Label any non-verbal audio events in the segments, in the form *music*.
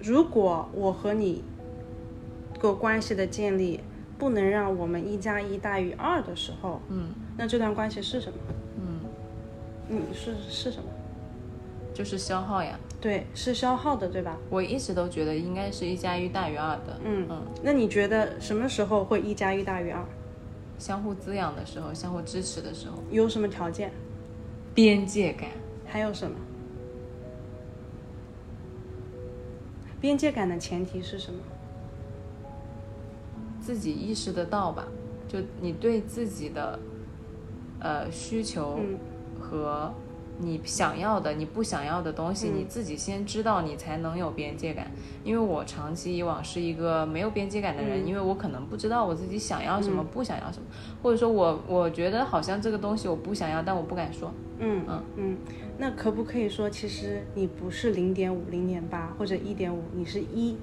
如果我和你个关系的建立不能让我们一加一大于二的时候，嗯那这段关系是什么？嗯，嗯，是是什么？就是消耗呀。对，是消耗的，对吧？我一直都觉得应该是一加一大于二的，嗯嗯，那你觉得什么时候会一加一大于二？相互滋养的时候，相互支持的时候，有什么条件？边界感。还有什么？边界感的前提是什么？自己意识得到吧，就你对自己的呃需求嗯和你想要的、你不想要的东西，嗯你自己先知道，你才能有边界感。因为我长期以往是一个没有边界感的人，嗯因为我可能不知道我自己想要什么、嗯不想要什么，或者说我我觉得好像这个东西我不想要，但我不敢说。嗯嗯嗯，那可不可以说，其实你不是零点五、零点八或者一点五，你是一，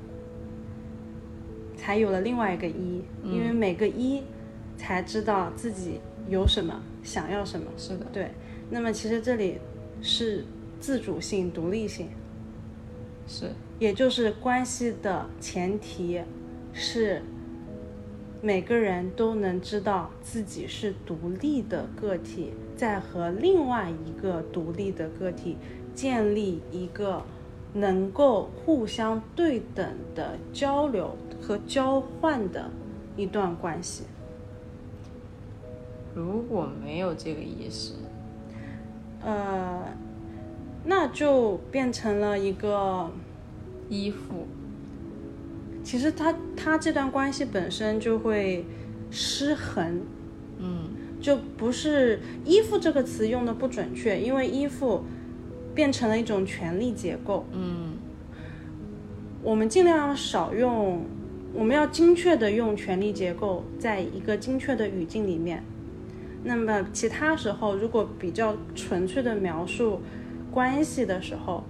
才有了另外一个一，因为每个一才知道自己有什么，想要什么。是的，对，那么其实这里是自主性、独立性，是也就是关系的前提是每个人都能知道自己是独立的个体，在和另外一个独立的个体建立一个能够互相对等的交流和交换的一段关系。如果没有这个意识，呃，那就变成了一个依附其实他他这段关系本身就会失衡，嗯，就不是依附这个词用的不准确，因为依附变成了一种权力结构，嗯我们尽量少用，我们要精确的用权力结构在一个精确的语境里面。那么其他时候，如果比较纯粹的描述关系的时候，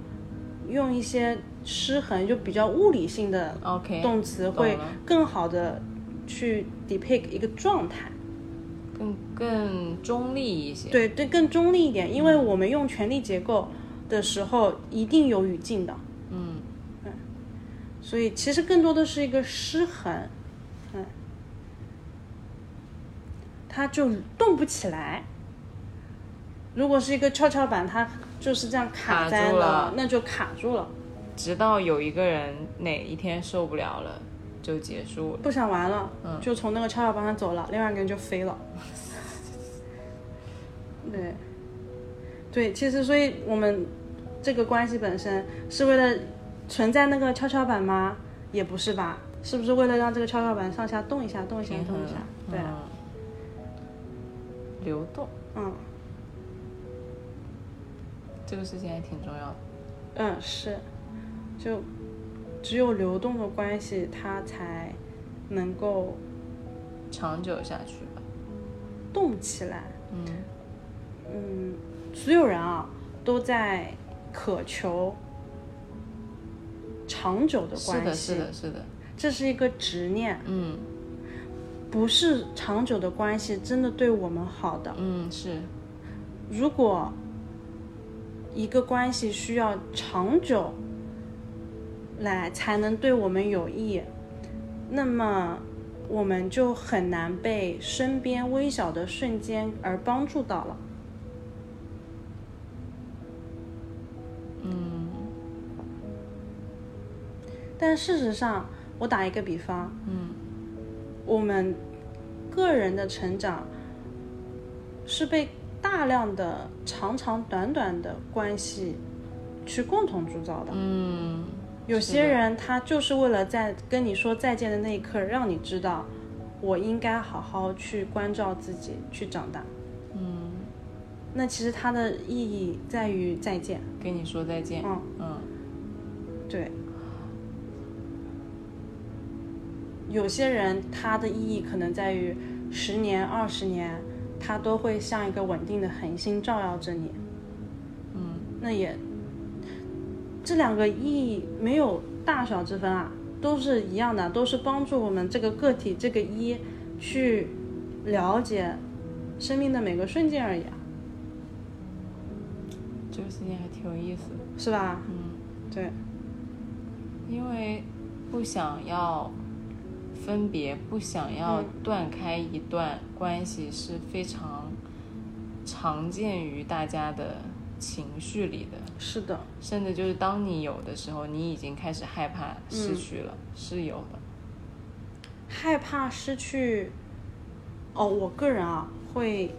用一些失衡就比较物理性的，OK，动词懂会了更好的去 depict 一个状态，更更中立一些。对对，更中立一点，因为我们用权力结构的时候一定有语境的，嗯。所以其实更多的是一个失衡，嗯，它就动不起来。如果是一个跷跷板，它就是这样卡卡住在了那，那就卡住了，直到有一个人哪一天受不了了，就结束了。不想玩了，嗯就从那个跷跷板上走了，另外一个人就飞了。对，对，其实所以我们这个关系本身是为了存在那个跷跷板吗？也不是吧，是不是为了让这个跷跷板上下动一下，动一下平，动衡一下？对啊，嗯流动嗯这个事情还挺重要的。嗯是，就只有流动的关系，它才能够长久下去吧。动起来。嗯嗯，所有人啊都在渴求长久的是关的，系，是的，是的。这是一个执念，嗯不是长久的关系真的对我们好的。嗯，是如果一个关系需要长久来才能对我们有益，那么我们就很难被身边微小的瞬间而帮助到了。嗯。但事实上，我打一个比方，嗯，我们个人的成长是被大量的长长短短的关系去共同铸造的。嗯，有是些的人他就是为了在跟你说再见的那一刻，让你知道我应该好好去关照自己，去长大。嗯，那其实它的意义在于再见。跟你说再见。嗯，嗯对。有些人他的意义可能在于十年、二十年，他都会像一个稳定的恒星照耀着你。嗯，那也，这两个意义没有大小之分啊，都是一样的，都是帮助我们这个个体这个一去了解生命的每个瞬间而已啊，这个事情还挺有意思的。是吧？嗯，对，因为不想要分别，不想要嗯断开一段关系是非常常见于大家的情绪里的。是的，甚至就是当你有的时候，你已经开始害怕嗯失去了，是有的。害怕失去。哦，我个人啊会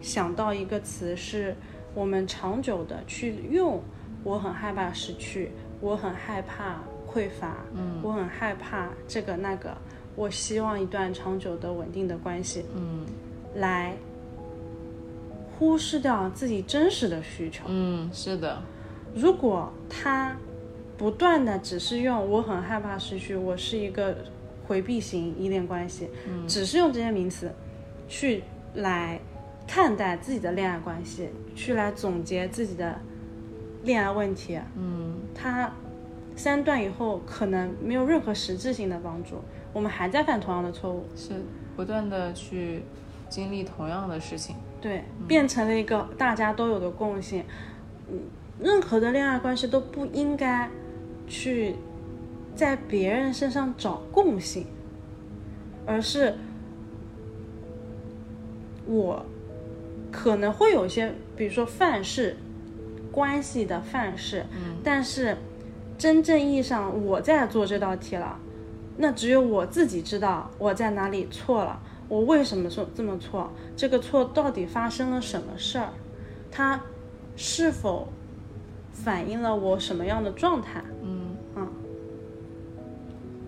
想到一个词是，我们长久的去用。我很害怕失去，我很害怕匮乏，嗯，我很害怕这个那个。我希望一段长久的稳定的关系，嗯来忽视掉自己真实的需求。嗯，是的，如果他不断的只是用我很害怕失去，我是一个回避型依恋关系，只是用这些名词去来看待自己的恋爱关系，去来总结自己的恋爱问题，嗯他三段以后可能没有任何实质性的帮助，我们还在犯同样的错误，是不断的去经历同样的事情。对，变成了一个大家都有的共性。嗯，任何的恋爱关系都不应该去在别人身上找共性，而是我可能会有一些，比如说范式关系的范式，但是真正意义上我在做这道题了，那只有我自己知道我在哪里错了，我为什么说这么错，这个错到底发生了什么事儿，它是否反映了我什么样的状态？嗯嗯，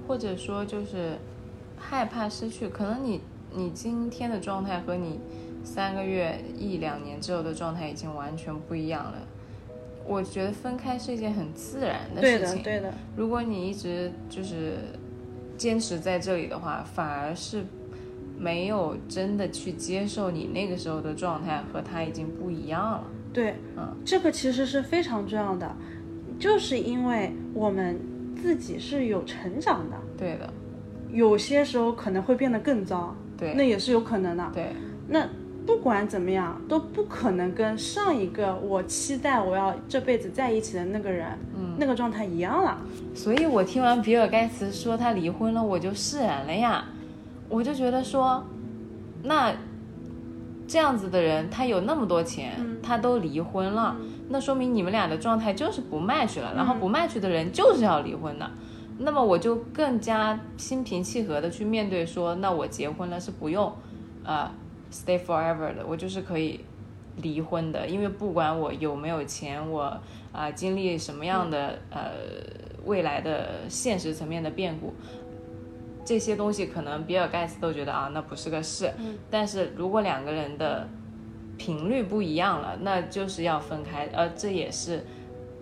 或者说就是害怕失去，可能你你今天的状态和你三个月一两年之后的状态已经完全不一样了。我觉得分开是一件很自然的对事的，情。对的，如果你一直就是坚持在这里的话，反而是没有真的去接受你那个时候的状态和他已经不一样了。对，嗯这个其实是非常重要的，就是因为我们自己是有成长的，对的，有些时候可能会变得更糟，对那也是有可能的。对，那不管怎么样，都不可能跟上一个我期待我要这辈子在一起的那个人，嗯，那个状态一样了。所以我听完比尔盖茨说他离婚了，我就释然了呀。我就觉得说，那这样子的人，他有那么多钱，他都离婚了，那说明你们俩的状态就是不 match 了。然后不 match 的人就是要离婚的。那么我就更加心平气和的去面对说，那我结婚了是不用，呃，stay forever 的，我就是可以离婚的，因为不管我有没有钱，我啊、呃经历什么样的、呃未来的现实层面的变故，这些东西可能比尔盖茨都觉得啊那不是个事，但是如果两个人的频率不一样了，那就是要分开，呃，这也是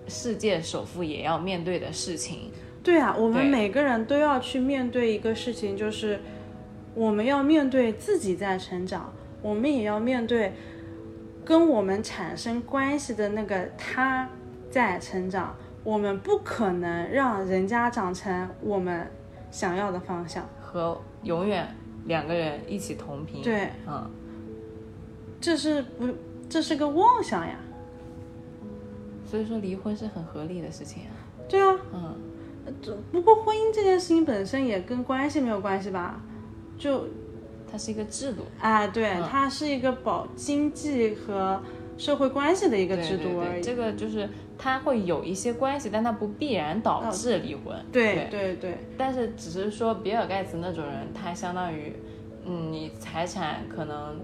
世界首富也要面对的事情。对啊，我们对每个人都要去面对一个事情，就是我们要面对自己在成长，我们也要面对跟我们产生关系的那个他在成长。我们不可能让人家长成我们想要的方向，和永远两个人一起同频。对，嗯，这是不这是个妄想呀。所以说离婚是很合理的事情啊。对啊，嗯，不过婚姻这件事情本身也跟关系没有关系吧？就它是一个制度，啊，对，嗯它是一个保经济和社会关系的一个制对度对而对已。这个就是它会有一些关系，但它不必然导致离婚。对对对，但是只是说比尔盖茨那种人，他相当于，嗯，你财产可能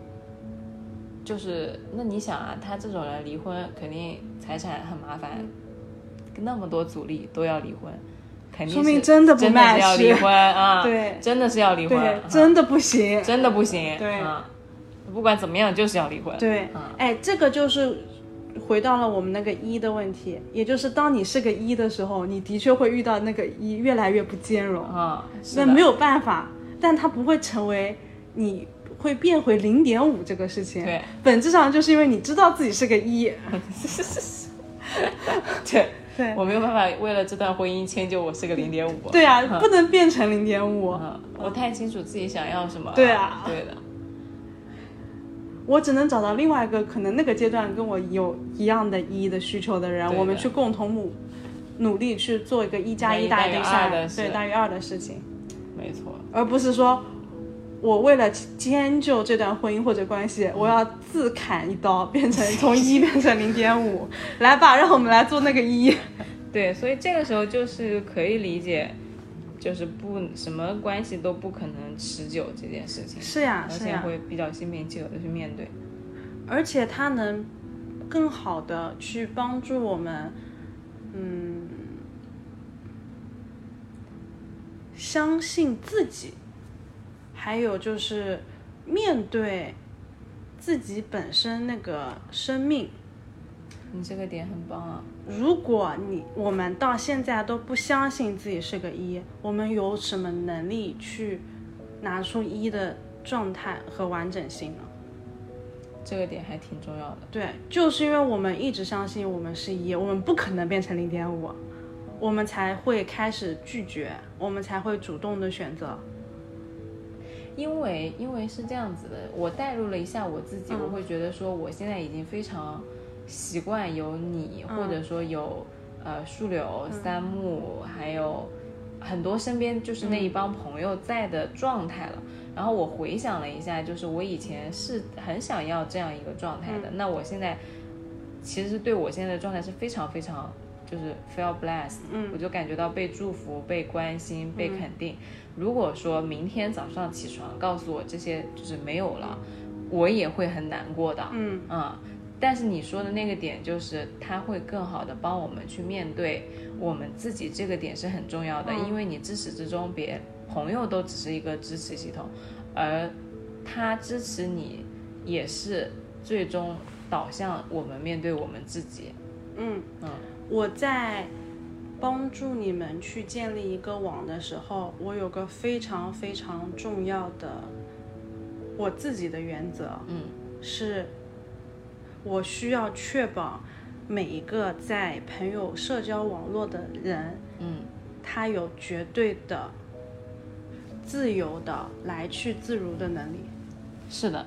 就是那你想啊，他这种人离婚肯定财产很麻烦，那么多阻力都要离婚，肯定说明是真的不真的是要 match 离婚啊，对真的是要离婚，对啊，真的不行。真的不行，对啊，不管怎么样就是要离婚，对啊，哎，这个就是回到了我们那个一的问题，也就是当你是个一的时候，你的确会遇到那个一越来越不兼容，啊，是那的没有办法，但它不会成为你会变回零点五这个事情。对，本质上就是因为你知道自己是个一，对， *laughs* 对我没有办法为了这段婚姻迁就我是个零点五，对啊，不能变成零点五。嗯，我太清楚自己想要什么了。对啊对的，我只能找到另外一个可能那个阶段跟我有一样的一的需求的人，对的我们去共同目努力去做一个一加一大于大于三二的事对大于二的事情，没错，而不是说我为了迁就这段婚姻或者关系，我要自砍一刀，变 *laughs* 成从一变成零点五，来吧，让我们来做那个一。对，所以这个时候就是可以理解，就是不什么关系都不可能持久这件事情，是呀，而是且呀，会比较心平气和的去面对。而且它能更好的去帮助我们，嗯，相信自己，还有就是面对自己本身那个生命。你嗯这个点很棒啊，如果你我们到现在都不相信自己是个一，我们有什么能力去拿出一的状态和完整性呢？这个点还挺重要的。对，就是因为我们一直相信我们是一，我们不可能变成零点五，我们才会开始拒绝，我们才会主动的选择。因为因为是这样子的，我代入了一下我自己，嗯我会觉得说我现在已经非常习惯有你，嗯或者说有呃树柳、三木，还有很多身边就是那一帮朋友在的状态了。然后我回想了一下，就是我以前是很想要这样一个状态的，嗯那我现在其实对我现在的状态是非常非常。就是 feel blessed，、我嗯就感觉到被祝福、被关心、被肯定。如果说明天早上起床告诉我这些就是没有了，我也会很难过的。嗯啊、但是你说的那个点就是，它会更好的帮我们去面对我们自己这个点是很重要的，因为你至始至终别朋友都只是一个支持系统，而他支持你也是最终导向我们面对我们自己。嗯，嗯，我在帮助你们去建立一个网的时候，我有个非常非常重要的我自己的原则，嗯，是我需要确保每一个在朋友社交网络的人，嗯，他有绝对的自由的来去自如的能力。是的，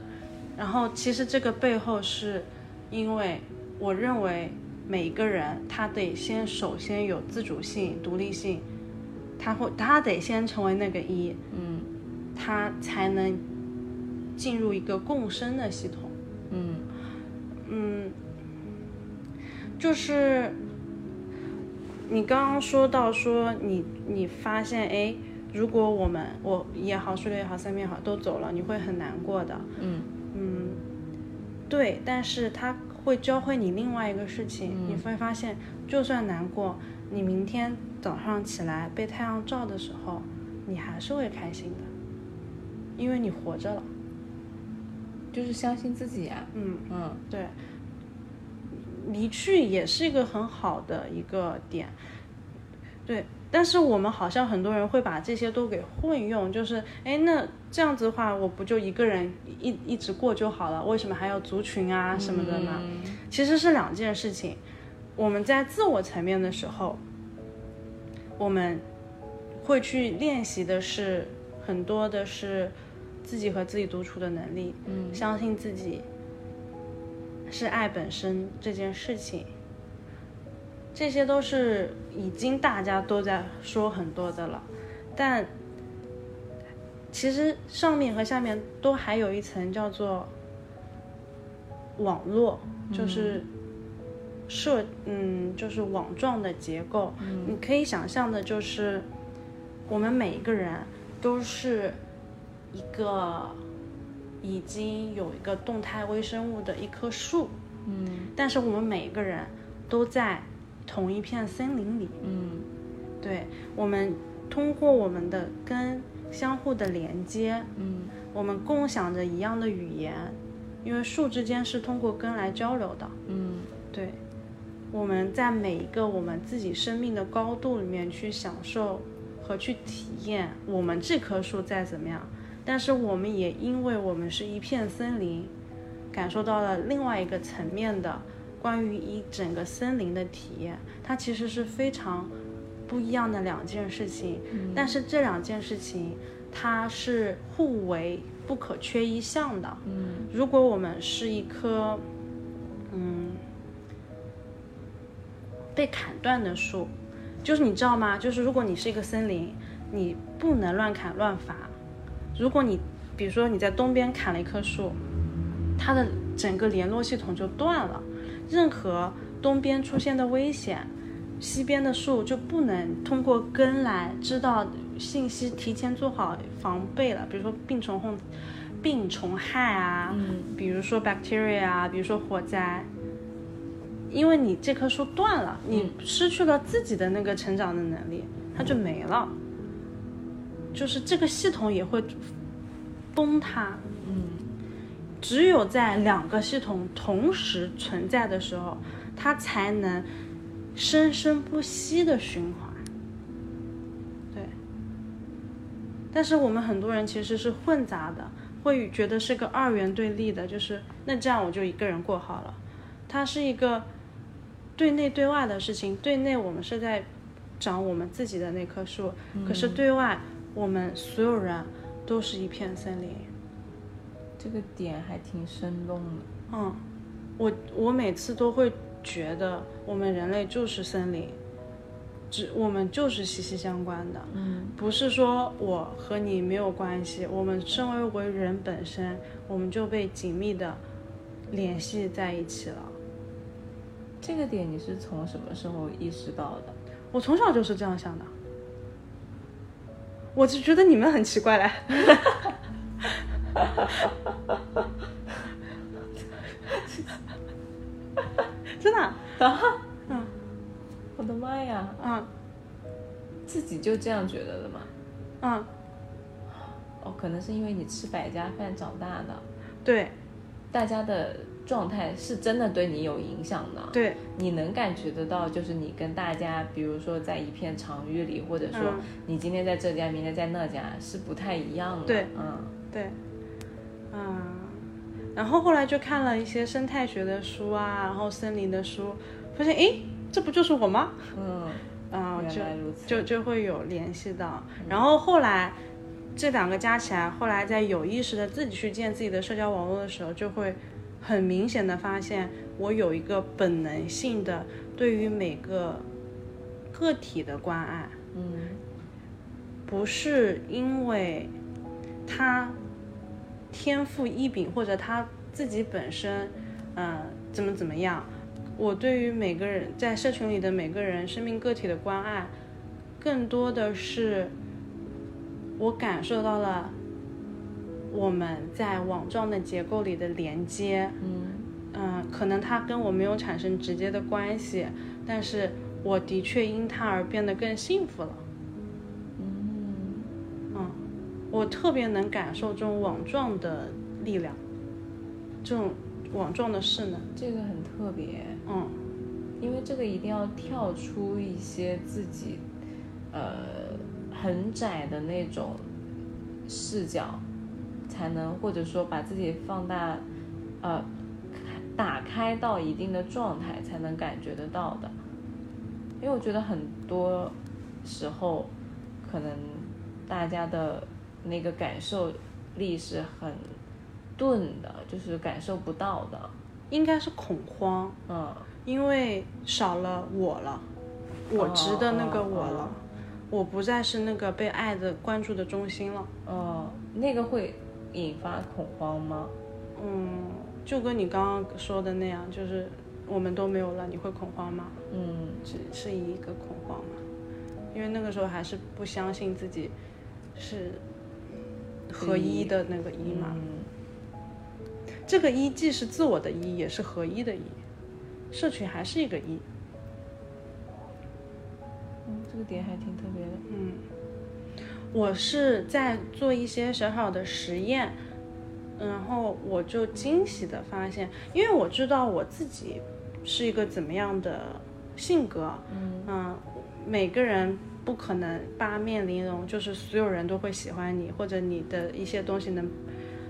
然后其实这个背后是因为我认为每一个人他得先首先有自主性、独立性，他会他得先成为那个一，嗯他才能进入一个共生的系统。嗯嗯，就是你刚刚说到说你你发现哎，如果我们我也好，数学也好，三面也好都走了，你会很难过的。嗯，嗯，对，但是他会教会你另外一个事情，嗯你会发现，就算难过，你明天早上起来被太阳照的时候，你还是会开心的，因为你活着了。嗯就是相信自己呀、嗯，嗯对，离去也是一个很好的一个点，对。但是我们好像很多人会把这些都给混用，就是哎，那这样子的话，我不就一个人一一直过就好了？为什么还要族群啊什么的呢？嗯其实是两件事情。我们在自我层面的时候，我们会去练习的是很多的是自己和自己独处的能力，嗯相信自己是爱本身这件事情，这些都是已经大家都在说很多的了，但其实上面和下面都还有一层叫做网络，就是社嗯就是网状的结构，你可以想象的就是我们每一个人都是一个已经有一个动态微生物的一棵树，嗯但是我们每个人都在同一片森林里。嗯对，我们通过我们的跟相互的连接，嗯我们共享着一样的语言，因为树之间是通过根来交流的。嗯对，我们在每一个我们自己生命的高度里面去享受和去体验我们这棵树再怎么样，但是我们也因为我们是一片森林，感受到了另外一个层面的关于一整个森林的体验，它其实是非常不一样的两件事情，但是这两件事情它是互为不可缺一项的。嗯如果我们是一棵，嗯，被砍断的树，就是你知道吗？就是如果你是一个森林，你不能乱砍乱伐。如果你比如说你在东边砍了一棵树，它的整个联络系统就断了，任何东边出现的危险，西边的树就不能通过根来知道信息，提前做好防备了。比如说病虫控、病虫害啊，比如说 bacteria 啊，比如说火灾。因为你这棵树断了，你失去了自己的那个成长的能力，它就没了。就是这个系统也会崩塌。嗯只有在两个系统同时存在的时候，它才能生生不息的循环。对。但是我们很多人其实是混杂的，会觉得是个二元对立的，就是那这样我就一个人过好了。它是一个对内对外的事情，对内我们是在长我们自己的那棵树，可是对外我们所有人都是一片森林。这个点还挺生动的。嗯，我我每次都会觉得我们人类就是森林，只我们就是息息相关的，嗯不是说我和你没有关系。我们身为为人本身，我们就被紧密的联系在一起了。这个点你是从什么时候意识到的？我从小就是这样想的，我就觉得你们很奇怪嘞。 *laughs* 真的啊，嗯我的妈呀，嗯自己就这样觉得的吗？嗯，哦，可能是因为你吃百家饭长大的，对大家的状态是真的对你有影响的。对，你能感觉得到，就是你跟大家，比如说在一片场域里，或者说嗯你今天在这家，明天在那家，是不太一样的。对，嗯对，嗯，然后后来就看了一些生态学的书啊，然后森林的书，发现诶，这不就是我吗？嗯，啊、原就来如此就就会有联系到。然后后来这两个加起来，后来在有意识的自己去建自己的社交网络的时候，就会很明显的发现，我有一个本能性的对于每个个体的关爱。嗯不是因为他天赋异禀或者他自己本身，呃，怎么怎么样。我对于每个人在社群里的每个人生命个体的关爱，更多的是我感受到了我们在网状的结构里的连接。嗯嗯，可能他跟我没有产生直接的关系，但是我的确因他而变得更幸福了。嗯，嗯，我特别能感受这种网状的力量，这种网状的势能。这个很特别，嗯，因为这个一定要跳出一些自己，呃，很窄的那种视角，才能或者说把自己放大，呃，开打开到一定的状态，才能感觉得到的。因为我觉得很多时候，可能大家的那个感受力是很钝的，就是感受不到的，应该是恐慌，嗯。因为少了我了，我值的那个我了，哦哦我不再是那个被爱的关注的中心了。哦，那个会引发恐慌吗？嗯，就跟你刚刚说的那样，就是我们都没有了，你会恐慌吗？嗯只是一个恐慌嘛，因为那个时候还是不相信自己是合一的那个一嘛。嗯，这个一既是自我的一，也是合一的一，社群还是一个一。嗯这个点还挺特别的。嗯，我是在做一些小小的实验，然后我就惊喜的发现，因为我知道我自己是一个怎么样的性格，嗯嗯，每个人不可能八面玲珑，就是所有人都会喜欢你，或者你的一些东西能，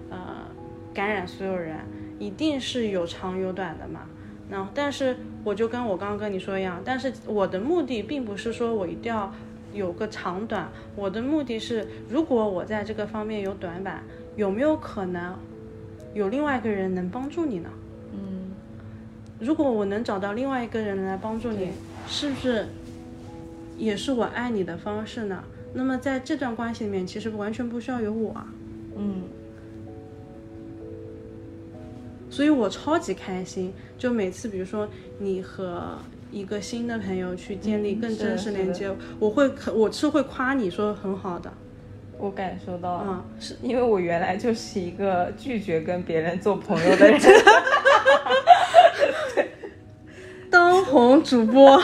呃，感染所有人，一定是有长有短的嘛。然后，但是我就跟我刚刚跟你说一样，但是我的目的并不是说我一定要有个长短，我的目的是，如果我在这个方面有短板，有没有可能有另外一个人能帮助你呢？嗯，如果我能找到另外一个人来帮助你对，是不是也是我爱你的方式呢？那么在这段关系里面，其实完全不需要有我啊，嗯所以我超级开心。就每次比如说你和一个新的朋友去建立嗯更是的真实是连的接，我会我是会夸你说很好的，我感受到了，嗯是因为我原来就是一个拒绝跟别人做朋友 *laughs* 的人，当红主播，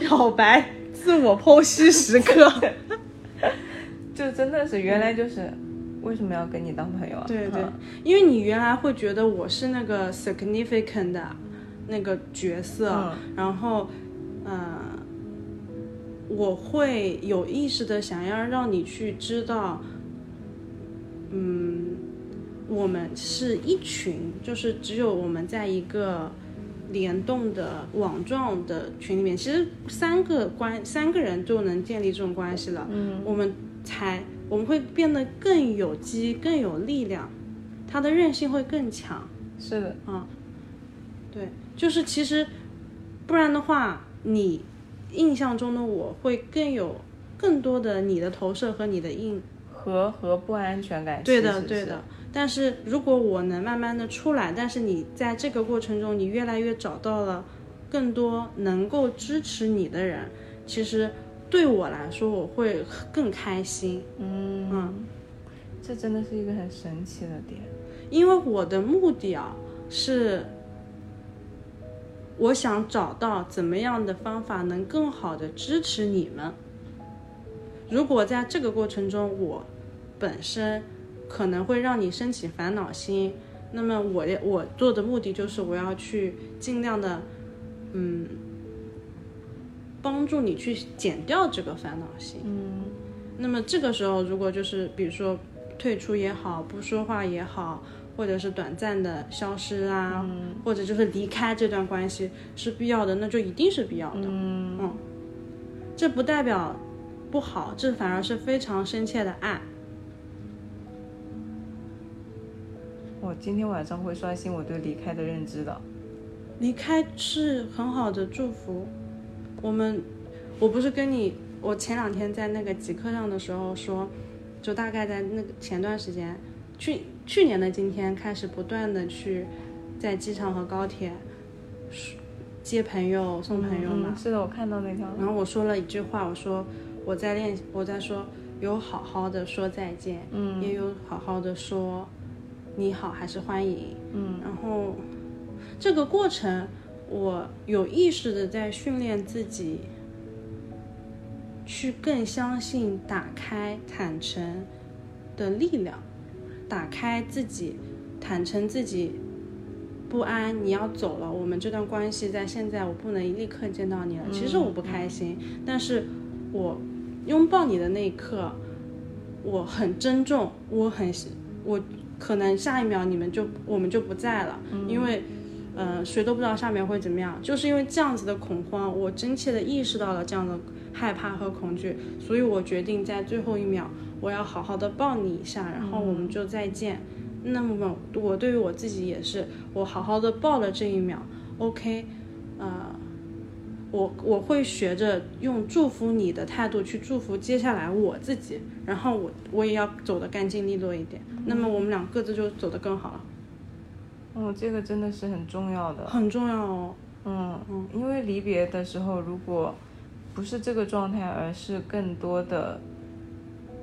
表白自我剖析时刻。就真的是原来就是为什么要跟你当朋友啊？对对嗯，因为你原来会觉得我是那个 significant 的那个角色，嗯然后，呃，我会有意识的想要让你去知道，嗯，我们是一群，就是只有我们在一个。联动的网状的群里面，其实三个关三个人就能建立这种关系了。嗯，我们才我们会变得更有机、更有力量，它的韧性会更强。是的，对，就是其实，不然的话，你印象中的我会更有更多的你的投射和你的印。和和不安全感，对其的，实对是的。但是如果我能慢慢的出来，但是你在这个过程中，你越来越找到了更多能够支持你的人，其实对我来说，我会更开心。嗯嗯这真的是一个很神奇的点。因为我的目的啊是，我想找到怎么样的方法能更好的支持你们。如果在这个过程中，我本身可能会让你升起烦恼心，那么我也我做的目的就是我要去尽量的，嗯，帮助你去减掉这个烦恼心。嗯那么这个时候，如果就是比如说退出也好，不说话也好，或者是短暂的消失啊，嗯或者就是离开这段关系是必要的，那就一定是必要的。嗯这不代表不好，这反而是非常深切的爱。我今天晚上会刷新我对离开的认知的。离开是很好的祝福。我们，我不是跟你，我前两天在那个极客上的时候说，就大概在那个前段时间，去去年的今天开始不断的去在机场和高铁接朋友、送朋友嘛嗯。是的，我看到那条了。然后我说了一句话，我说我在练，我在说有好好的说再见，嗯也有好好的说你好还是欢迎，嗯，然后这个过程我有意识的在训练自己，去更相信打开坦诚的力量，打开自己，坦诚自己。不安，你要走了，我们这段关系在现在我不能立刻见到你了。其实我不开心，但是我拥抱你的那一刻，我很珍重，我很我可能下一秒你们就我们就不在了，因为呃谁都不知道下面会怎么样。就是因为这样子的恐慌，我真切的意识到了这样的害怕和恐惧，所以我决定在最后一秒我要好好的抱你一下，然后我们就再见。那么我对于我自己也是，我好好的抱了这一秒，OK，呃。我我会学着用祝福你的态度去祝福接下来我自己，然后我我也要走得干净利落一点，那么我们俩各自就走得更好了，嗯，这个真的是很重要的。很重要哦。嗯，因为离别的时候，如果不是这个状态，而是更多的，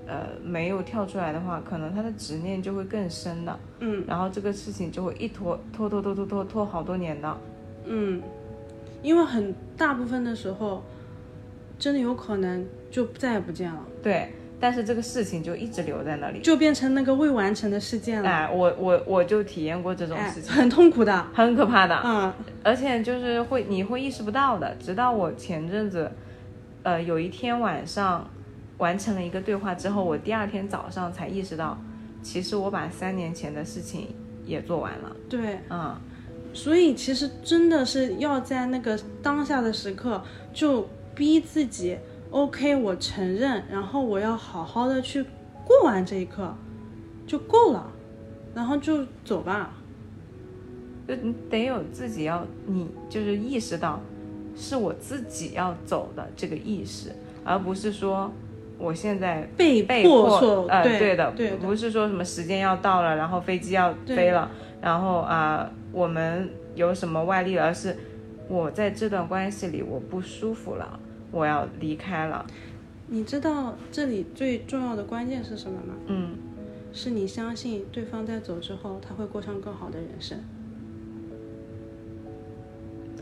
呃，没有跳出来的话，可能他的执念就会更深的。嗯然后这个事情就会一拖拖拖拖拖拖拖好多年的。嗯，因为很大部分的时候，真的有可能就再也不见了，对，但是这个事情就一直留在那里。就变成那个未完成的事件了，哎，我我我就体验过这种哎事，情，很痛苦的。很可怕的。嗯而且就是会你会意识不到的，直到我前阵子，呃，有一天晚上完成了一个对话之后，我第二天早上才意识到，其实我把三年前的事情也做完了。对，嗯，所以其实真的是要在那个当下的时刻就逼自己，OK，我承认，然后我要好好的去过完这一刻，就够了，然后就走吧。就你得有自己要你就是意识到，是我自己要走的这个意识，而不是说我现在被被迫做，呃，对的，对的不是说什么时间要到了，然后飞机要对飞了，然后啊、我们有什么外力了，而是我在这段关系里我不舒服了，我要离开了，你知道这里最重要的关键是什么吗？嗯，是你相信对方在走之后，他会过上更好的人生。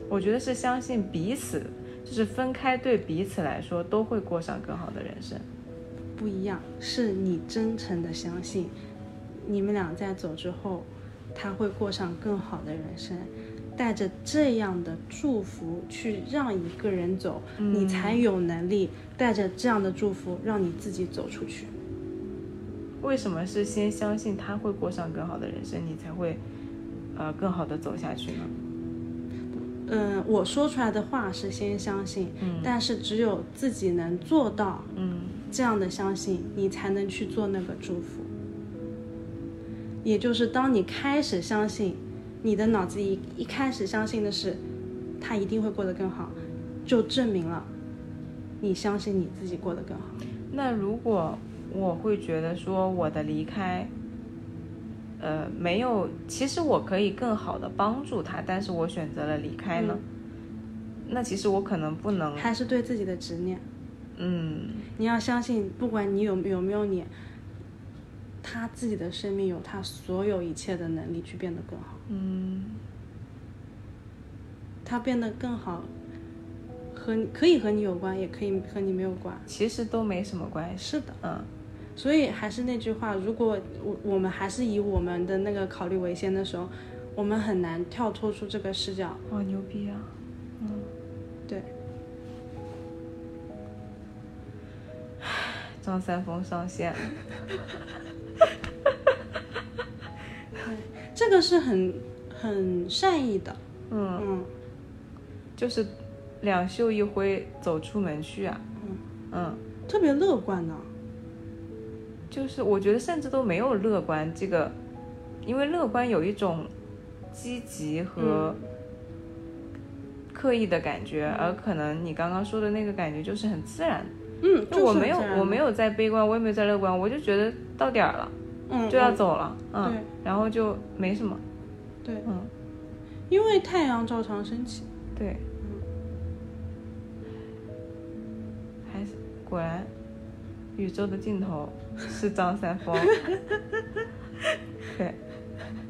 我觉得是相信彼此，就是分开对彼此来说都会过上更好的人生。不一样，是你真诚的相信，你们俩在走之后，他会过上更好的人生。带着这样的祝福去让一个人走，你才有能力带着这样的祝福让你自己走出去。为什么是先相信他会过上更好的人生，你才会呃更好的走下去呢？嗯，我说出来的话是先相信，但是只有自己能做到嗯这样的相信，你才能去做那个祝福。也就是当你开始相信，你的脑子一一开始相信的是，他一定会过得更好，就证明了你相信你自己过得更好。那如果我会觉得说我的离开，呃，没有，其实我可以更好的帮助他，但是我选择了离开呢？那其实我可能不能，还是对自己的执念，嗯你要相信，不管你有有没有你，他自己的生命有他所有一切的能力去变得更好。嗯，他变得更好，和你可以和你有关，也可以和你没有关。其实都没什么关系。是的，嗯所以还是那句话，如果我我们还是以我们的那个考虑为先的时候，我们很难跳脱出这个视角。哇，牛逼啊！嗯，对，张三丰上线了。嗯这个是很很善意的。嗯，嗯，就是两袖一挥走出门去啊。嗯，特别乐观呢、就是我觉得甚至都没有乐观这个，因为乐观有一种积极和嗯刻意的感觉，而可能你刚刚说的那个感觉就是很自然。嗯，就是我没有很自然，我没有在悲观，我也没有在乐观，我就觉得到点儿了嗯就要走了，嗯嗯，然后就没什么，对，嗯，因为太阳照常升起。对，还是果然，宇宙的尽头是张三丰。 *laughs* 对，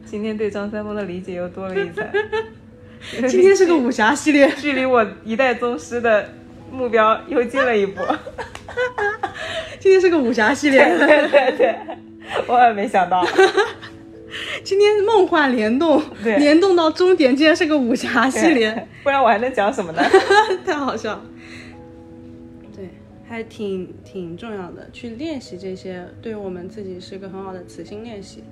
今天对张三丰的理解又多了一层。 *laughs* *laughs* 今天是个武侠系列，距离我一代宗师的目标又近了一步。 *laughs* 今天是个武侠系列，对对对，万万没想到。今天梦幻联动，对联动到终点，竟然是个武侠系列。对，不然我还能讲什么呢？ *laughs* 太好笑了。对，还挺挺重要的，去练习这些，对我们自己是一个很好的磁性练习。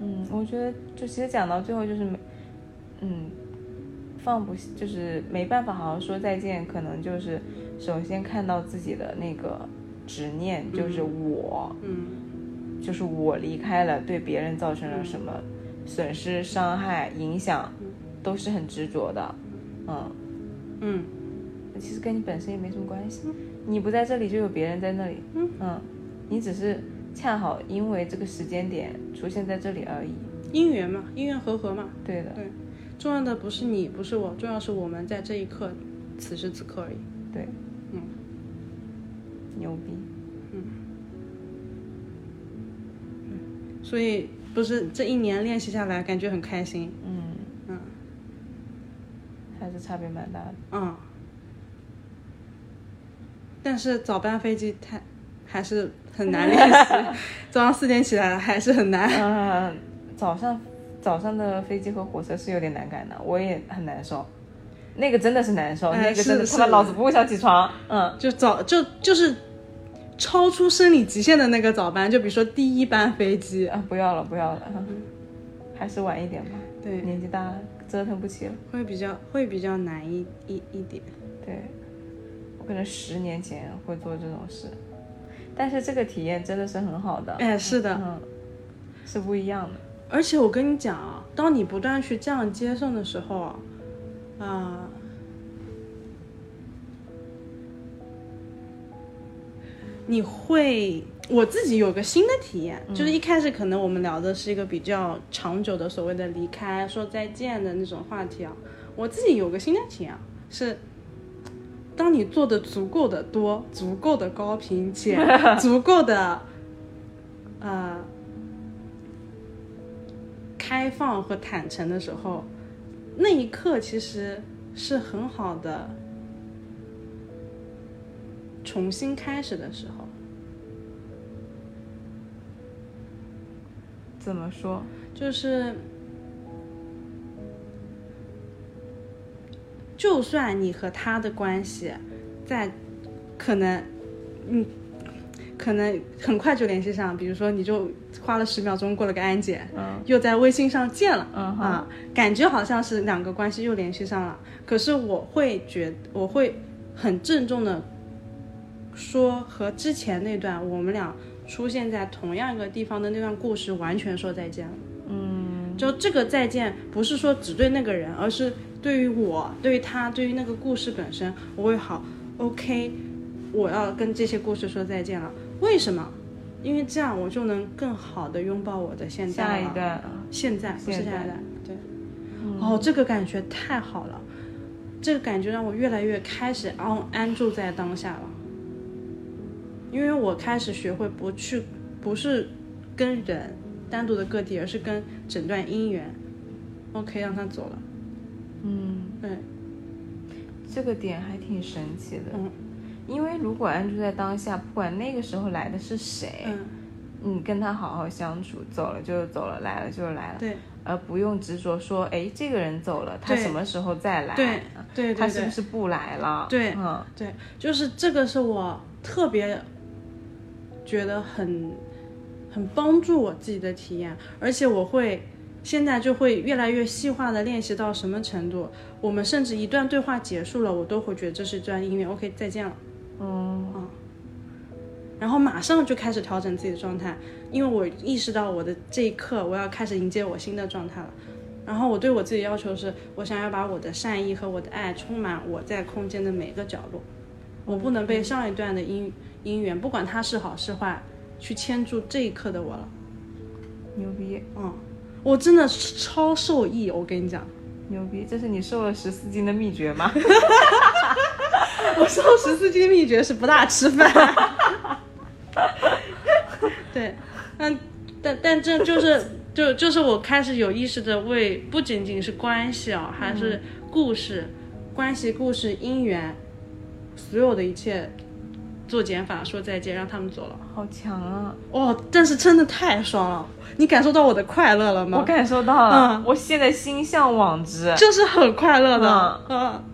嗯，我觉得就其实讲到最后就是没，嗯，放不下就是没办法好好说再见，可能就是首先看到自己的那个执念，就是我，嗯就是我离开了，对别人造成了什么损失、伤害、影响，都是很执着的，嗯，嗯，其实跟你本身也没什么关系，你不在这里就有别人在那里，嗯，你只是恰好因为这个时间点出现在这里而已，因缘嘛，因缘和合嘛，对的。重要的不是你，不是我，重要是我们在这一刻，此时此刻而已。对，嗯，牛逼，所以不是这一年练习下来，感觉很开心。嗯，嗯还是差别蛮大的。嗯，但是早班飞机太还是很难练 *laughs* 习，早上四点起来还是很难。嗯，早上早上的飞机和火车是有点难赶的，我也很难受，那个真的是难受，哎那个真的是他妈是老子不想起床。嗯，就早就就是超出生理极限的那个早班，就比如说第一班飞机，啊，不要了，不要了，嗯还是晚一点吧。对，年纪大了，折腾不起了。会比较会比较难一一一点。对，我可能十年前会做这种事，但是这个体验真的是很好的，哎，是的，嗯，是不一样的。而且我跟你讲啊，当你不断去这样接送的时候啊，啊、你会，我自己有个新的体验，就是一开始可能我们聊的是一个比较长久的所谓的离开、说再见的那种话题啊，我自己有个新的体验啊是。当你做的足够的多、足够的高频且足够的，呃，开放和坦诚的时候，那一刻其实是很好的重新开始的时候。怎么说？就是，就算你和他的关系在可能，嗯，可能很快就联系上，比如说你就花了十秒钟过了个安检，嗯又在微信上见了。嗯哼啊，感觉好像是两个关系又联系上了，可是我会觉，我会很郑重的说，和之前那段我们俩出现在同样一个地方的那段故事完全说再见了。嗯，就这个再见，不是说只对那个人，而是对于我、对于他、对于那个故事本身，我会好，OK，我要跟这些故事说再见了。为什么？因为这样我就能更好的拥抱我的现在啊下了一。段，嗯现在不是现现在在，对。哦，这个感觉太好了，这个感觉让我越来越开始安安住在当下了，因为我开始学会不去，不是跟人单独的个体，而是跟整段姻缘。OK，让他走了。嗯，对，这个点还挺神奇的。嗯因为如果安住在当下，不管那个时候来的是谁，嗯，你跟他好好相处，走了就是走了，来了就是来了，对而不用执着说，哎，这个人走了，他对什么时候再来？对对他对是不对是不来了？对嗯，对，就是这个是我特别觉得很很帮助我自己的体验，而且我会现在就会越来越细化的练习到什么程度，我们甚至一段对话结束了，我都会觉得这是一段音乐，OK，再见了，嗯，然后马上就开始调整自己的状态，因为我意识到我的这一刻我要开始迎接我新的状态了。然后我对我自己要求是，我想要把我的善意和我的爱充满我在空间的每个角落，我不能被上一段的因因缘，不管它是好是坏，去牵住这一刻的我了。牛逼嗯，我真的超受益，我跟你讲，牛逼，这是你瘦了十四斤的秘 *laughs* 诀吗？我瘦十四斤的秘诀是不大吃饭。 *laughs* 对，但但但这就是就就是我开始有意识的为不仅仅是关系啊、还嗯是故事、关系、故事、姻缘，所有的一切做减法，说再见，让他们走了。好强啊！哦，但是真的太爽了！你感受到我的快乐了我吗？嗯感受到了，我现在心向往之，就是很快乐的，嗯，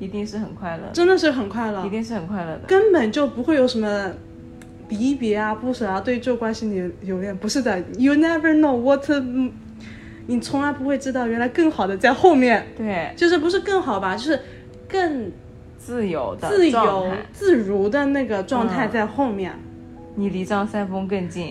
一定是很快乐的，真的是很快乐一。定是很快乐的。根本就不会有什么离别啊、不舍啊、对旧关系留留恋。不是的，You never know what，嗯你从来不会知道原来更好的在后面。对，就是不是更好吧，就是更自由的自状由态自如的那个状态嗯在后面。你离张三丰更近。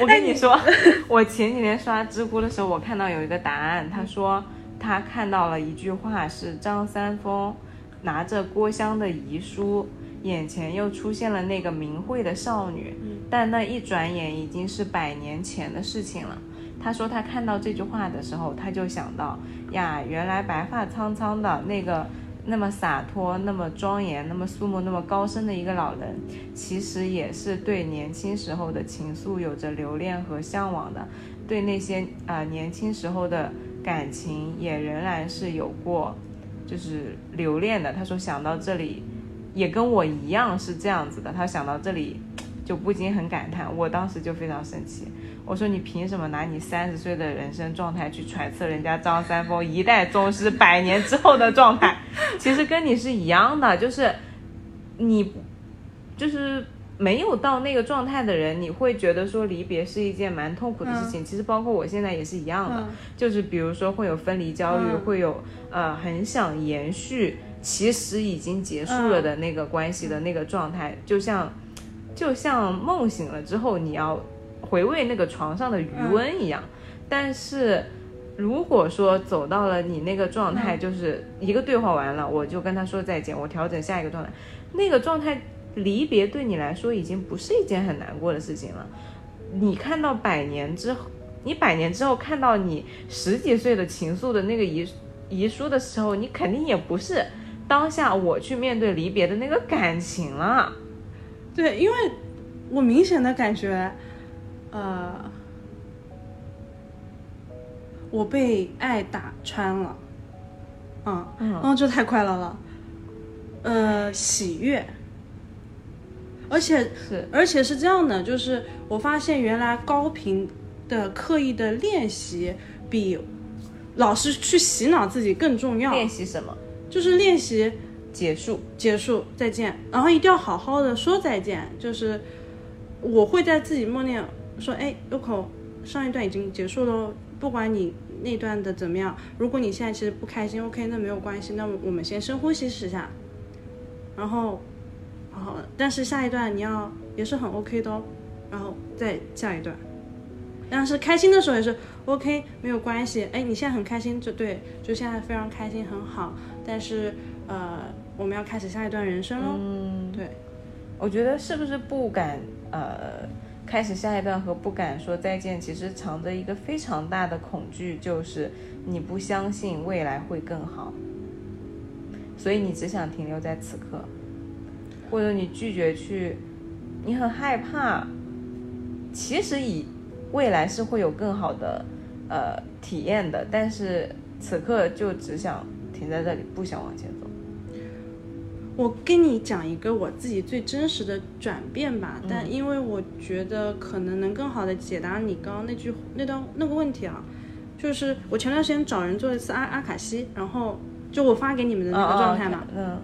我跟你说，我前几天刷知乎的时候，我看到有一个答案，他说他看到了一句话是张三丰拿着郭襄的遗书，眼前又出现了那个明慧的少女，但那一转眼已经是百年前的事情了。他说他看到这句话的时候，他就想到呀，原来白发苍苍的那个那么洒脱、那么庄严、那么肃穆、那么高深的一个老人，其实也是对年轻时候的情愫有着留恋和向往的，对那些啊、呃年轻时候的感情也仍然是有过就是留恋的。他说想到这里，也跟我一样是这样子的。他想到这里。就不禁很感叹，我当时就非常生气。我说：“你凭什么拿你三十岁的人生状态去揣测人家张三丰一代宗师百年之后的状 *laughs* 态？其实跟你是一样的，就是你就是没有到那个状态的人，你会觉得说离别是一件蛮痛苦的事情。其实包括我现在也是一样的，嗯就是比如说会有分离焦虑，嗯会有呃很想延续其实已经结束了的那个关系的那个状态，就像就像梦醒了之后你要回味那个床上的余温一样。但是如果说走到了你那个状态，嗯就是一个对话完了，我就跟他说再见，我调整下一个状态，那个状态离别对你来说已经不是一件很难过的事情了。你看到百年之后，你百年之后看到你十几岁的情愫的那个遗遗书的时候，你肯定也不是当下我去面对离别的那个感情了。对，因为我明显的感觉，呃，我被爱打穿了，嗯，嗯然后这太快乐了，呃，喜悦，而且是，而且是这样的，就是我发现原来高频的刻意的练习比老师去洗脑自己更重要，练习什么？就是练习结束。结束再见，然后一定要好好的说再见。就是我会在自己默念说，哎，Yoko，上一段已经结束喽，不管你那段的怎么样，如果你现在其实不开心，OK，那没有关系，那我们先深呼吸十下，然后，然后，但是下一段你要也是很 OK 的哦，然后再下一段。但是开心的时候也是 OK，没有关系。哎，你现在很开心就对，就现在非常开心，很好。但是呃，我们要开始下一段人生喽。嗯，对，我觉得是不是不敢呃开始下一段和不敢说再见，其实藏着一个非常大的恐惧，就是你不相信未来会更好，所以你只想停留在此刻，或者你拒绝去，你很害怕，其实以未来是会有更好的呃体验的，但是此刻就只想停在这里，不想往前走。我跟你讲一个我自己最真实的转变吧，但因为我觉得可能能更好的解答你刚刚那句那段那个问题啊，就是我前段时间找人做了一次阿阿卡西，然后就我发给你们的那个状态嘛，嗯，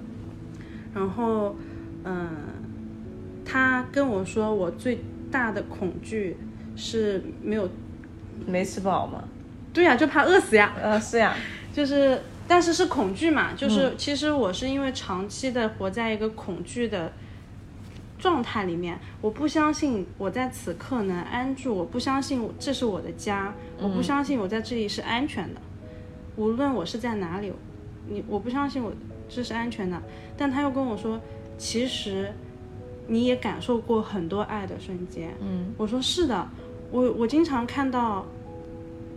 然后，嗯，他跟我说我最大的恐惧是没有，没吃饱吗？对呀、就怕饿死呀，呃，是呀。就是，但是是恐惧嘛，就是、其实我是因为长期的活在一个恐惧的状态里面，我不相信我在此刻能安住，我不相信我这是我的家，我不相信我在这里是安全的，无论我是在哪里，你我不相信我这是安全的，但他又跟我说，其实你也感受过很多爱的瞬间，嗯，我说是的，我我经常看到，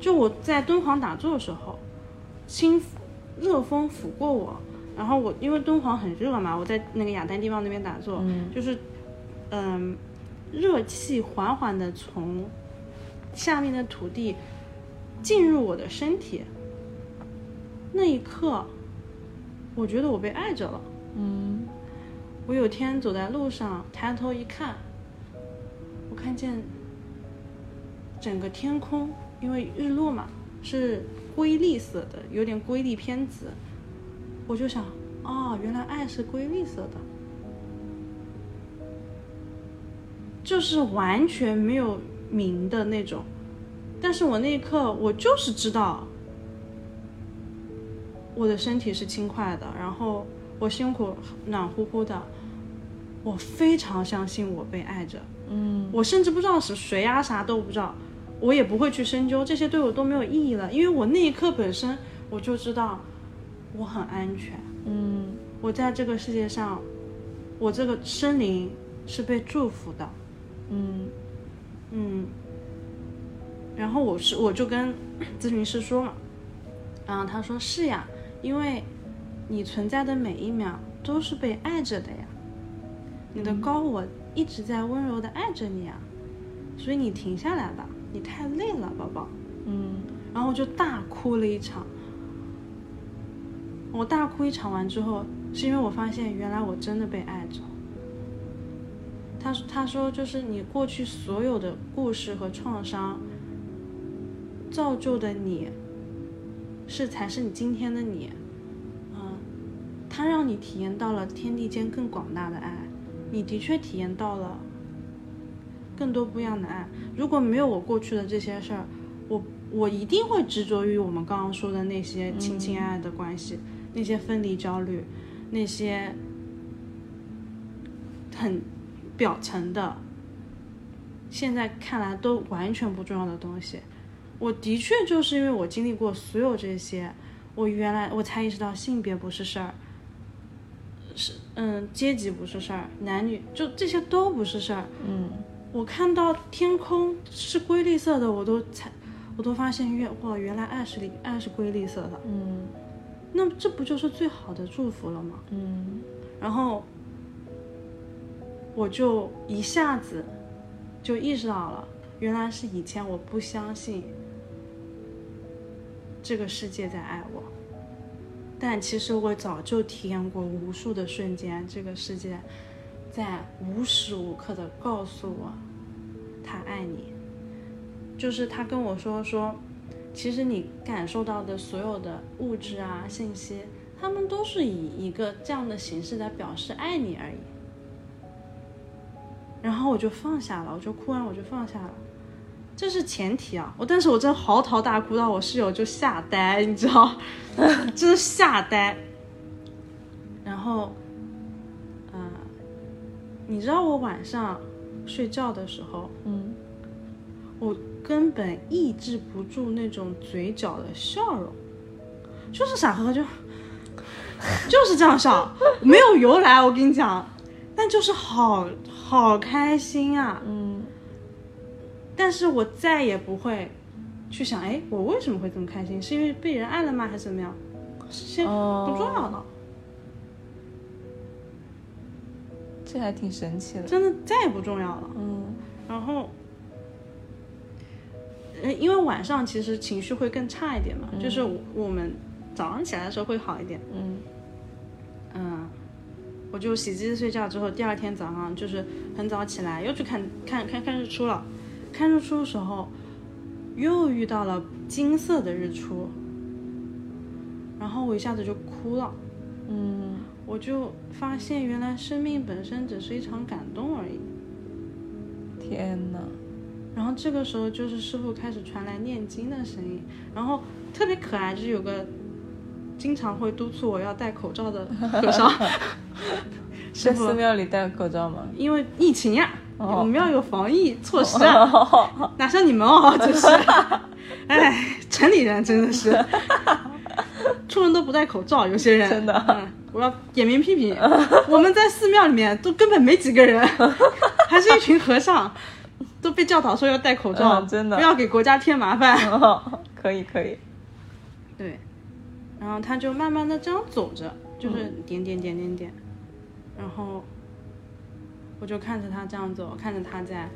就我在敦煌打坐的时候。清热风拂过我，然后我因为敦煌很热嘛，我在那个雅丹地貌那边打坐，就是嗯，热气缓缓的从下面的土地进入我的身体，那一刻，我觉得我被爱着了。嗯我有天走在路上，抬头一看，我看见整个天空，因为日落嘛，是瑰丽色的，有点瑰丽偏紫。我就想，哦，原来爱是瑰丽色的，就是完全没有名的那种。但是我那一刻，我就是知道，我的身体是轻快的，然后我胸口暖乎乎的，我非常相信我被爱着。嗯，我甚至不知道是谁啊，啥都不知道，我也不会去深究，这些对我都没有意义了，因为我那一刻本身我就知道我很安全，嗯我在这个世界上，我这个生灵是被祝福的，嗯嗯，然后我是我就跟咨询师说嘛，然后他说是呀，因为你存在的每一秒都是被爱着的呀，你的高我一直在温柔的爱着你呀，啊所以你停下来吧，你太累了，宝宝。嗯然后我就大哭了一场。我大哭一场完之后，是因为我发现原来我真的被爱着。他他说就是你过去所有的故事和创伤，造就的你，是才是你今天的你。嗯，他让你体验到了天地间更广大的爱，你的确体验到了更多不一样的爱。如果没有我过去的这些事儿，我我一定会执着于我们刚刚说的那些亲亲爱爱的关系，那些分离焦虑，那些很表层的，现在看来都完全不重要的东西。我的确就是因为我经历过所有这些，我原来我才意识到性别不是事儿，是嗯阶级不是事儿，男女就这些都不是事儿。嗯，我看到天空是瑰绿色的，我都才我都发现原哇原来爱是里爱是瑰绿色的，嗯那么这不就是最好的祝福了吗？嗯然后我就一下子就意识到了，原来是以前我不相信这个世界在爱我，但其实我早就体验过无数的瞬间，这个世界在无时无刻的告诉我，他爱你，就是他跟我说说。其实你感受到的所有的物质啊、信息，他们都是以一个这样的形式来表示爱你而已。然后我就放下了，我就哭完啊我就放下了，这是前提啊。我但是我真嚎啕大哭到我室友就吓呆，你知道， *laughs* 真的吓呆。然后，呃，你知道我晚上睡觉的时候，嗯，我根本抑制不住那种嘴角的笑容，就是傻呵呵就， *laughs* 就是这样笑，没有由来。我跟你讲，但就是好好开心啊！嗯但是我再也不会去想，哎，我为什么会这么开心？是因为被人爱了吗？还是怎么样？先哦不重要了，这还挺神奇的。真的再也不重要了。嗯然后，呃，因为晚上其实情绪会更差一点嘛，就是我我们早上起来的时候会好一点。嗯嗯，我就洗机睡觉之后，第二天早上就是很早起来，又去看看看看日出了。看日出的时候，又遇到了金色的日出，然后我一下子就哭了。嗯我就发现，原来生命本身只是一场感动而已。天哪！然后这个时候就是师傅开始传来念经的声音，然后特别可爱，就是有个经常会督促我要戴口罩的和 *laughs* 尚，在寺庙里戴口罩吗？因为疫情呀、哦我们要有防疫措施啊，哪像你们哦，真 *laughs* 是，哎，城里人真的是，出门都不戴口罩，有些人真的嗯我要点名批 *laughs* 评，我们在寺庙里面都根本没几个人，还是一群和尚，都被教导说要戴口罩，*laughs* 嗯真的不要给国家添麻烦。哦，可以可以。对，然后他就慢慢的这样走着，就是点点点点点，然后我就看着他这样走，看着他在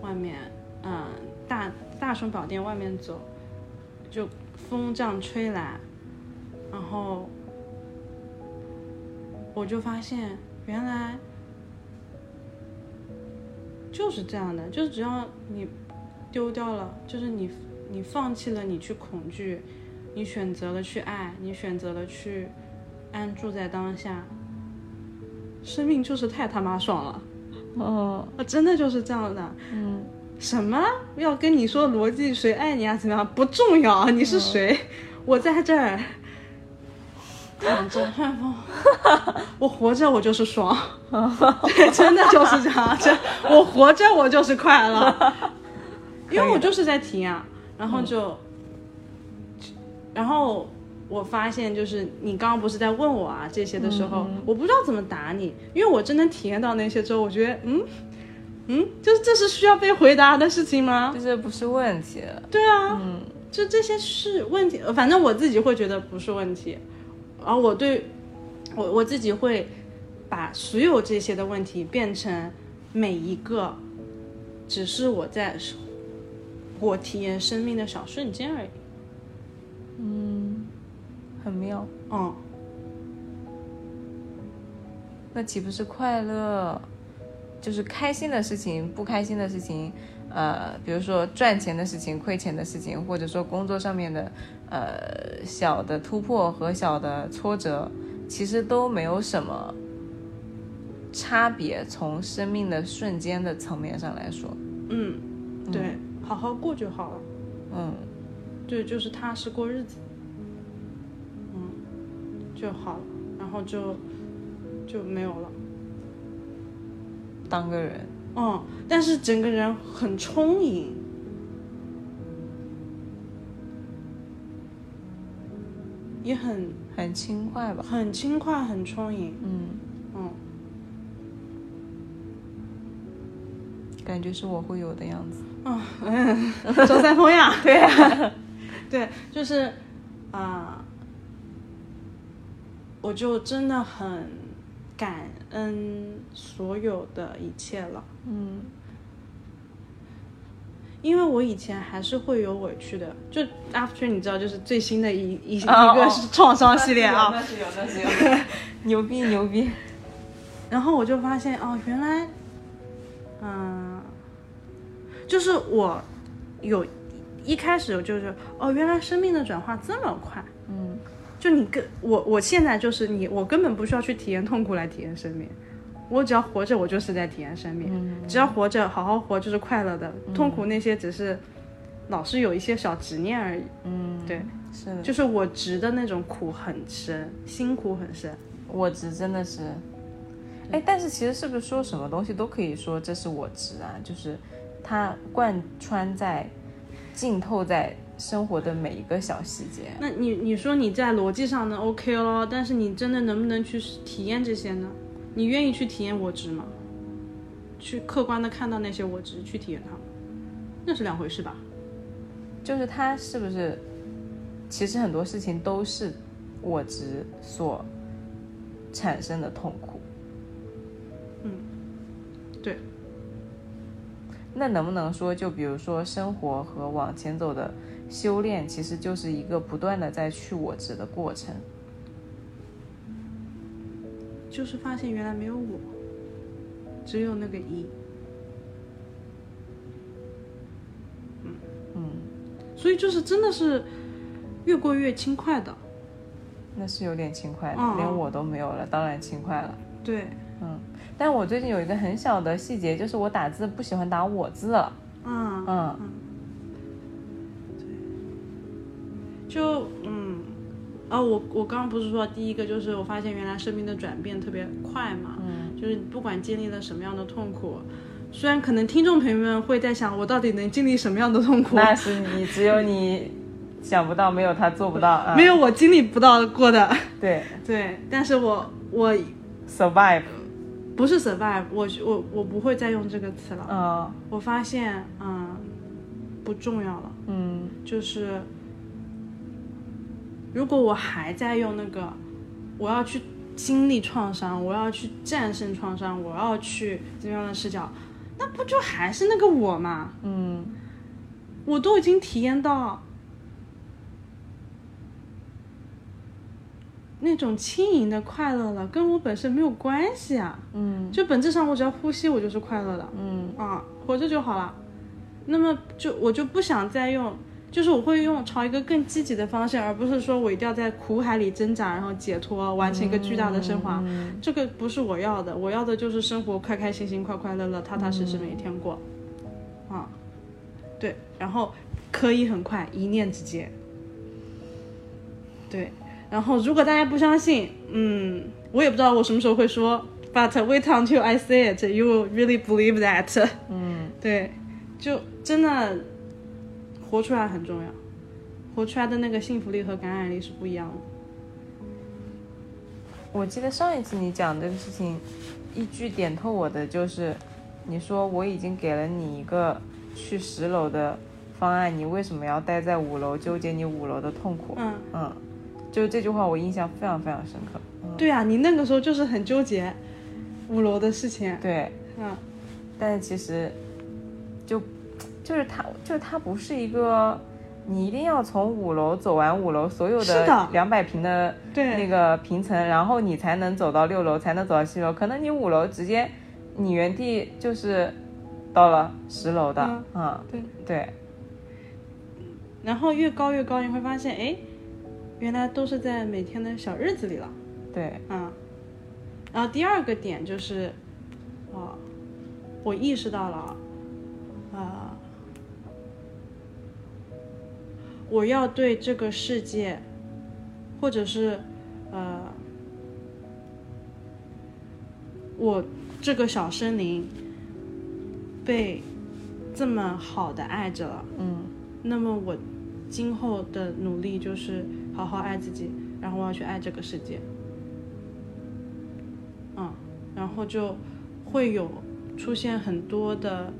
外面，嗯、大大雄宝殿外面走，就风这样吹来，然后我就发现原来就是这样的，就是只要你丢掉了，就是你你放弃了你去恐惧。你选择了去爱，你选择了去安住在当下，生命就是太他妈爽了，哦，啊，真的就是这样的。嗯，什么要跟你说逻辑，谁爱你啊，怎么样不重要，啊你哦是谁，我在这儿躺着看风，我活着我就是爽，对，真的就是这样，这我活着我就是快乐，因为我就是在体验，然后就。然后我发现，就是你刚刚不是在问我啊这些的时候，我不知道怎么答你，因为我真的体验到那些之后，我觉得，嗯，嗯，就是这是需要被回答的事情吗？这不是问题了。对啊，就这些是问题，呃反正我自己会觉得不是问题，而我对我我自己会把所有这些的问题变成每一个，只是我在我体验生命的小瞬间而已。嗯，很妙。嗯，那岂不是快乐？就是开心的事情，不开心的事情，呃，比如说赚钱的事情、亏钱的事情，或者说工作上面的呃小的突破和小的挫折，其实都没有什么差别。从生命的瞬间的层面上来说，嗯，对，好好过就好了。嗯对，就是踏实过日子，嗯，就好了，然后就就没有了。当个人，嗯，但是整个人很充盈，也很很轻快吧？很轻快，很充盈。嗯，嗯，感觉是我会有的样子。 *laughs* 周三丰 *laughs* 呀，对、啊 *laughs* 对，就是啊、我就真的很感恩所有的一切了，嗯因为我以前还是会有委屈的，就 after 你知道，就是最新的一一、哦一个是创伤系列啊，那是有，那是有，那是有 *laughs* 牛逼牛逼。然后我就发现哦，原来，嗯、就是我有一开始我就是哦，原来生命的转化这么快。嗯，就你跟我，我现在就是你，我根本不需要去体验痛苦来体验生命，我只要活着，我就是在体验生命。嗯只要活着，好好活就是快乐的，痛苦那些只是老是有一些小执念而已。嗯，对，是的，就是我执的那种苦很深，辛苦很深。我值真的是。哎，但是其实是不是说什么东西都可以说这是我值啊？就是它贯穿在、浸透在生活的每一个小细节。那你你说你在逻辑上呢 OK 咯，但是你真的能不能去体验这些呢？你愿意去体验我执吗？去客观的看到那些我执，去体验它吗，那是两回事吧？就是它是不是，其实很多事情都是我值所产生的痛苦。嗯，对。那能不能说，就比如说生活和往前走的修炼，其实就是一个不断的在去我值的过程？就是发现原来没有我，只有那个一。嗯嗯，所以就是真的是越过越轻快的，那是有点轻快的，嗯嗯连我都没有了，当然轻快了。对，但我最近有一个很小的细节，就是我打字不喜欢打我字了。嗯，嗯，就嗯，啊，我我刚刚不是说第一个就是我发现原来生命的转变特别快嘛，嗯，就是不管经历了什么样的痛苦，虽然可能听众朋友们会在想我到底能经历什么样的痛苦，那是你，只有你想不到，没有他做不到啊。没有我经历不到过的，对对，但是我我，survive，不是 survive，我我我不会再用这个词了。嗯我发现，嗯，不重要了。嗯就是如果我还在用那个，我要去经历创伤，我要去战胜创伤，我要去怎么样的视角，那不就还是那个我吗？嗯，我都已经体验到那种轻盈的快乐了，跟我本身没有关系啊。嗯，就本质上我只要呼吸，我就是快乐的。嗯啊，活着就好了。那么就我就不想再用，就是我会用朝一个更积极的方向，而不是说我一定要在苦海里挣扎，然后解脱，完成一个巨大的升华。这个不是我要的，我要的就是生活开开心心、快快乐乐、踏踏实实每一天过。啊，对，然后可以很快，一念之间。对，然后如果大家不相信，嗯，我也不知道我什么时候会说，but wait until I say it, you will really believe that。嗯，对，就真的活出来很重要，活出来的那个幸福力和感染力是不一样的。我记得上一次你讲这个事情，一句点透我的就是，你说我已经给了你一个去十楼的方案，你为什么要待在五楼纠结你五楼的痛苦？嗯，嗯，就这句话我印象非常非常深刻。对啊，你那个时候就是很纠结五楼的事情。对，嗯，但是其实就就是它就是它不是一个你一定要从五楼走完五楼所有是的的两百平的对，那个平层，然后你才能走到六楼，才能走到七楼。可能你五楼直接你原地就是到了十楼的，嗯，对对，然后越高越高，你会发现，哎，原来都是在每天的小日子里了，对，啊。然后第二个点就是，啊、我意识到了，呃啊、我要对这个世界，或者是，呃，我这个小森林被这么好的爱着了。嗯那么我今后的努力就是好好爱自己，然后我要去爱这个世界，嗯，然后就会有出现很多的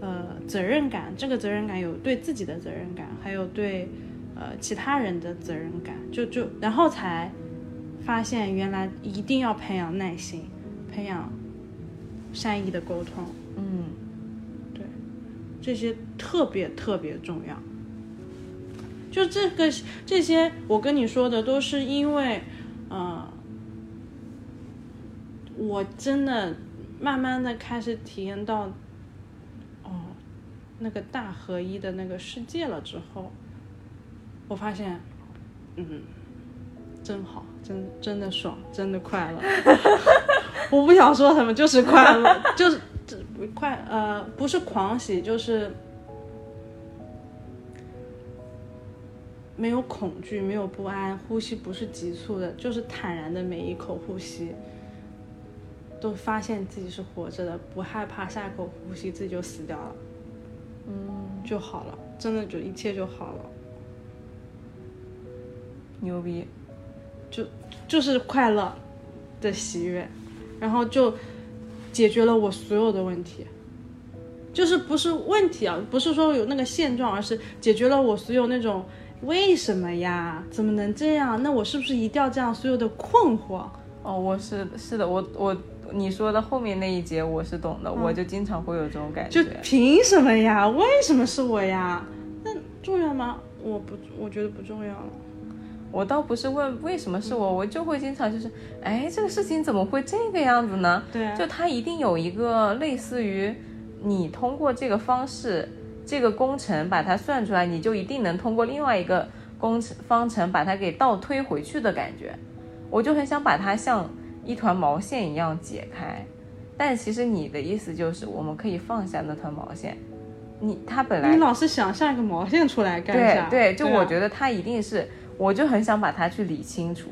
呃责任感，这个责任感有对自己的责任感，还有对呃其他人的责任感，就就然后才发现原来一定要培养耐心，培养善意的沟通，嗯，这些特别特别重要。就这个这些，我跟你说的都是因为，呃，我真的慢慢的开始体验到，哦，那个大合一的那个世界了之后，我发现，嗯，真好，真真的爽，真的快乐。 *laughs* 我不想说什么，就是快乐， *laughs* 就是这不快呃，不是狂喜，就是没有恐惧，没有不安，呼吸不是急促的，就是坦然的每一口呼吸，都发现自己是活着的，不害怕下一口呼吸自己就死掉了，嗯，就好了，真的就一切就好了，牛逼，就是快乐的喜悦，然后就解决了我所有的问题。就是不是问题啊，不是说有那个现状，而是解决了我所有那种为什么呀？怎么能这样？那我是不是一定要这样？所有的困惑，哦，我是是的，我我你说的后面那一节我是懂的，嗯我就经常会有这种感就觉，凭什么呀？为什么是我呀？那重要吗？我不，我觉得不重要了。我倒不是问为什么是嗯我，我就会经常就是，哎，这个事情怎么会这个样子呢？对啊，就它一定有一个类似于你通过这个方式、这个工程把它算出来，你就一定能通过另外一个工程方程把它给倒推回去的感觉。我就很想把它像一团毛线一样解开，但其实你的意思就是我们可以放下那团毛线，你它本来你老是想象一个毛线出来干啥？对对，啊就我得觉得他一定是，我就很想把它去理清楚，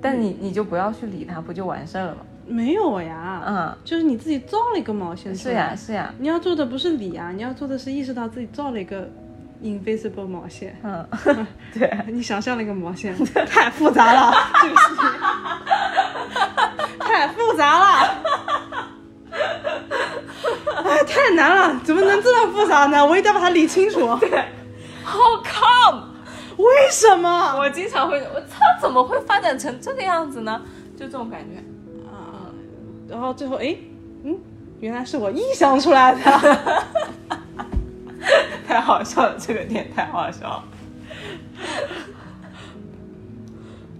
但你、你就不要去理它，不就完事儿了吗？没有呀，嗯，就是你自己造了一个毛线出是来。呀是呀，你要做的不是理啊，你要做的是意识到自己造了一个 invisible 毛线。 *laughs* 嗯，你想象了一个毛线， *laughs* 太复杂了， *laughs* 这个事情太复杂了， *laughs* 哎，太难了，怎么能这么复杂呢？我一定要把它理清楚。 ，How come？为什么？啊我经常会，我操，怎么会发展成这个样子呢？就这种感觉， *laughs* 然后最后，哎，嗯，原来是我臆想出来的。太好笑了，这个点太好笑了。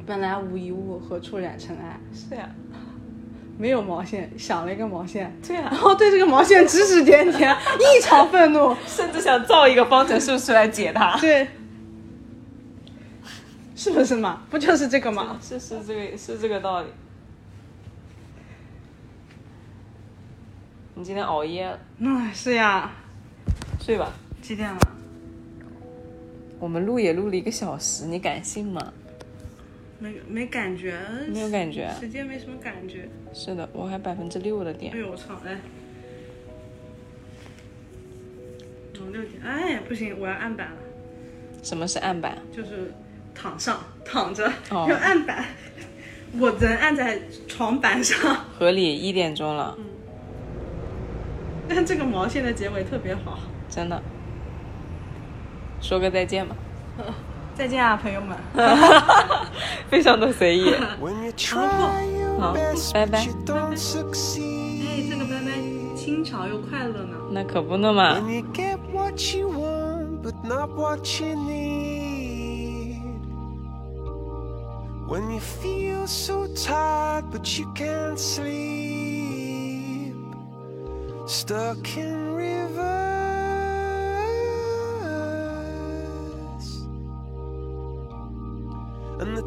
本来无一物，何处染尘埃？是呀，没有毛线，想了一个毛线，对呀然，后对这个毛线指指点点，异常愤怒。甚至想造一个方程式出来解它。对，是不是嘛？不就是这个嘛？ *laughs* 是是这个是这个道理。你今天熬夜了，嗯，是呀。睡吧。几点了？我们录也录了一个小时，你敢信吗？没没感觉，没有感觉。时间没什么感觉。是的，我还百分之六的哎点。呦我操！来，我六点，哎不行，我要按板了，什么是案板？就是躺上躺着哦要按板，我人按在床板上。 *laughs* 合理一点钟了，但这个毛线的结尾特别好。真的。说个再见吧，再见啊，朋友们。非常的随意。 When you try your best, bye-bye. but you don't succeed. 哎，这个拜拜轻巧又快乐呢。那可不呢嘛， When you get what you want, but not what you need. When you feel so tired, but you can't sleep. Stuck in reverse. and the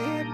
it